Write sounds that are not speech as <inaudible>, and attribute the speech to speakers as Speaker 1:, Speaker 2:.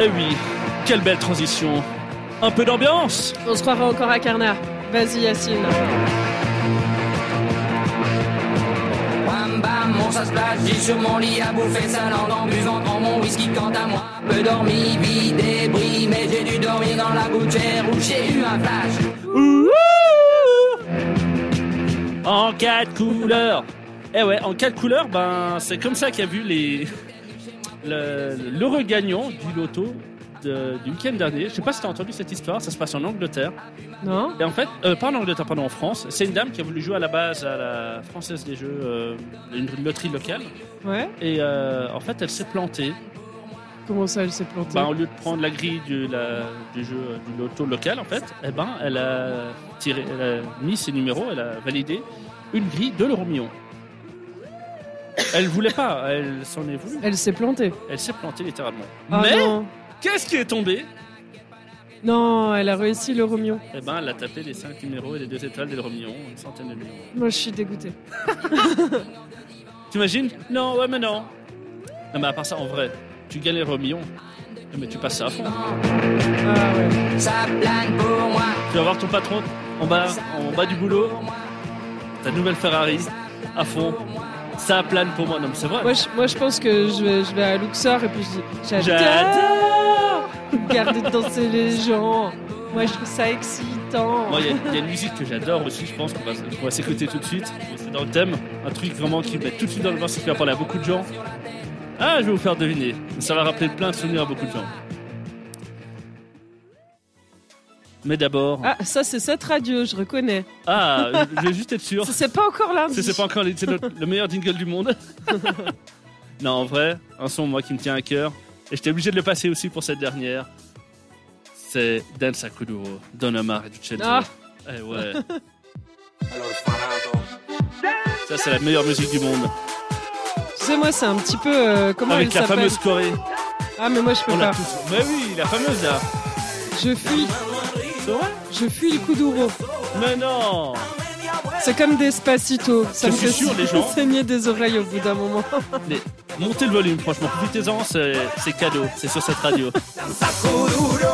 Speaker 1: Eh oui, quelle belle transition. Un peu d'ambiance
Speaker 2: On se croira encore à Carnard. Vas-y, Yacine.
Speaker 3: Bam bam, mon chat splash, j'ai sur mon lit à bouffer sa langue en buvant dans mon whisky quant à moi. Peu dormi, vie débris, mais j'ai dû dormir dans la gouttière où j'ai eu un flash.
Speaker 1: Ouh En quatre couleurs. Eh ouais, en quatre couleurs, ben c'est comme ça qu'il y a vu les le, l'heureux gagnant du loto de- du week-end dernier. Je sais pas si t'as entendu cette histoire. Ça se passe en Angleterre.
Speaker 2: Non
Speaker 1: Et en fait, euh, pas en Angleterre, pardon, en France. C'est une dame qui a voulu jouer à la base à la française des jeux, euh, une loterie locale.
Speaker 2: Ouais
Speaker 1: Et euh, en fait, elle s'est plantée.
Speaker 2: Comment ça, elle s'est plantée
Speaker 1: Ben, au lieu de prendre la grille du, la- du jeu euh, du loto local, en fait, eh ben, elle a tiré, elle a mis ses numéros, elle a validé une grille de l'euro million. Elle voulait pas, elle s'en est voulu.
Speaker 2: Elle s'est plantée.
Speaker 1: Elle s'est plantée littéralement.
Speaker 2: Ah
Speaker 1: Mais
Speaker 2: non.
Speaker 1: qu'est-ce qui est tombé
Speaker 2: non, elle a réussi le Romion.
Speaker 1: Eh ben, elle a tapé les 5 numéros et les deux étoiles de l'euro million, une centaine de millions.
Speaker 2: Moi, je suis dégoûtée.
Speaker 1: T'imagines Non, ouais, mais non. Non, mais à part ça, en vrai, tu gagnes l'euro million, mais tu passes ça à fond.
Speaker 2: Ah ouais.
Speaker 3: Ça plane pour moi,
Speaker 1: Tu vas voir ton patron en bas, en bas du boulot. Ta nouvelle Ferrari à fond. Ça plane pour moi. Non, mais c'est vrai.
Speaker 2: Moi je, moi, je pense que je vais, je vais à Luxor et puis je dis J'adore
Speaker 1: J'adore
Speaker 2: Garder danser les gens. Moi, je trouve ça excitant.
Speaker 1: Moi, il y, a- il y a une musique que j'adore aussi. Je pense qu'on va, qu'on va s'écouter tout de suite. C'est dans le thème. Un truc vraiment qui met tout de suite dans le vent, c'est qui va parler à beaucoup de gens. Ah, je vais vous faire deviner. Ça va rappeler plein de souvenirs à beaucoup de gens. Mais d'abord.
Speaker 2: Ah, ça, c'est cette radio, je reconnais.
Speaker 1: Ah, je vais juste être sûr.
Speaker 2: <laughs> Ça, C'est pas encore lundi.
Speaker 1: C'est, c'est pas encore les- c'est le, le meilleur jingle du monde. <laughs> non, en vrai, un son, moi, qui me tient à cœur. Et j'étais obligé de le passer aussi pour cette dernière. C'est Dan Sakuduro, Don Omar et Ducello.
Speaker 2: Ah.
Speaker 1: Eh ouais. Ça, c'est la meilleure musique du monde.
Speaker 2: Tu sais, moi, c'est un petit peu. euh, comment
Speaker 1: Avec
Speaker 2: elle
Speaker 1: la
Speaker 2: s'appelle
Speaker 1: fameuse Corée.
Speaker 2: Ah, mais moi, je peux
Speaker 1: On l'a
Speaker 2: pas.
Speaker 1: tous. Mais oui, la fameuse là.
Speaker 2: Je fuis.
Speaker 1: C'est vrai
Speaker 2: Je fuis le coup d'ouro.
Speaker 1: Mais non
Speaker 2: C'est comme des spacitos. Ça
Speaker 1: Je
Speaker 2: me
Speaker 1: suis
Speaker 2: fait
Speaker 1: sûr,
Speaker 2: <laughs>
Speaker 1: les gens-
Speaker 2: saigner des oreilles au bout d'un moment.
Speaker 1: Mais montez le volume, franchement. Profitez-en, c'est, c'est cadeau. C'est sur cette radio.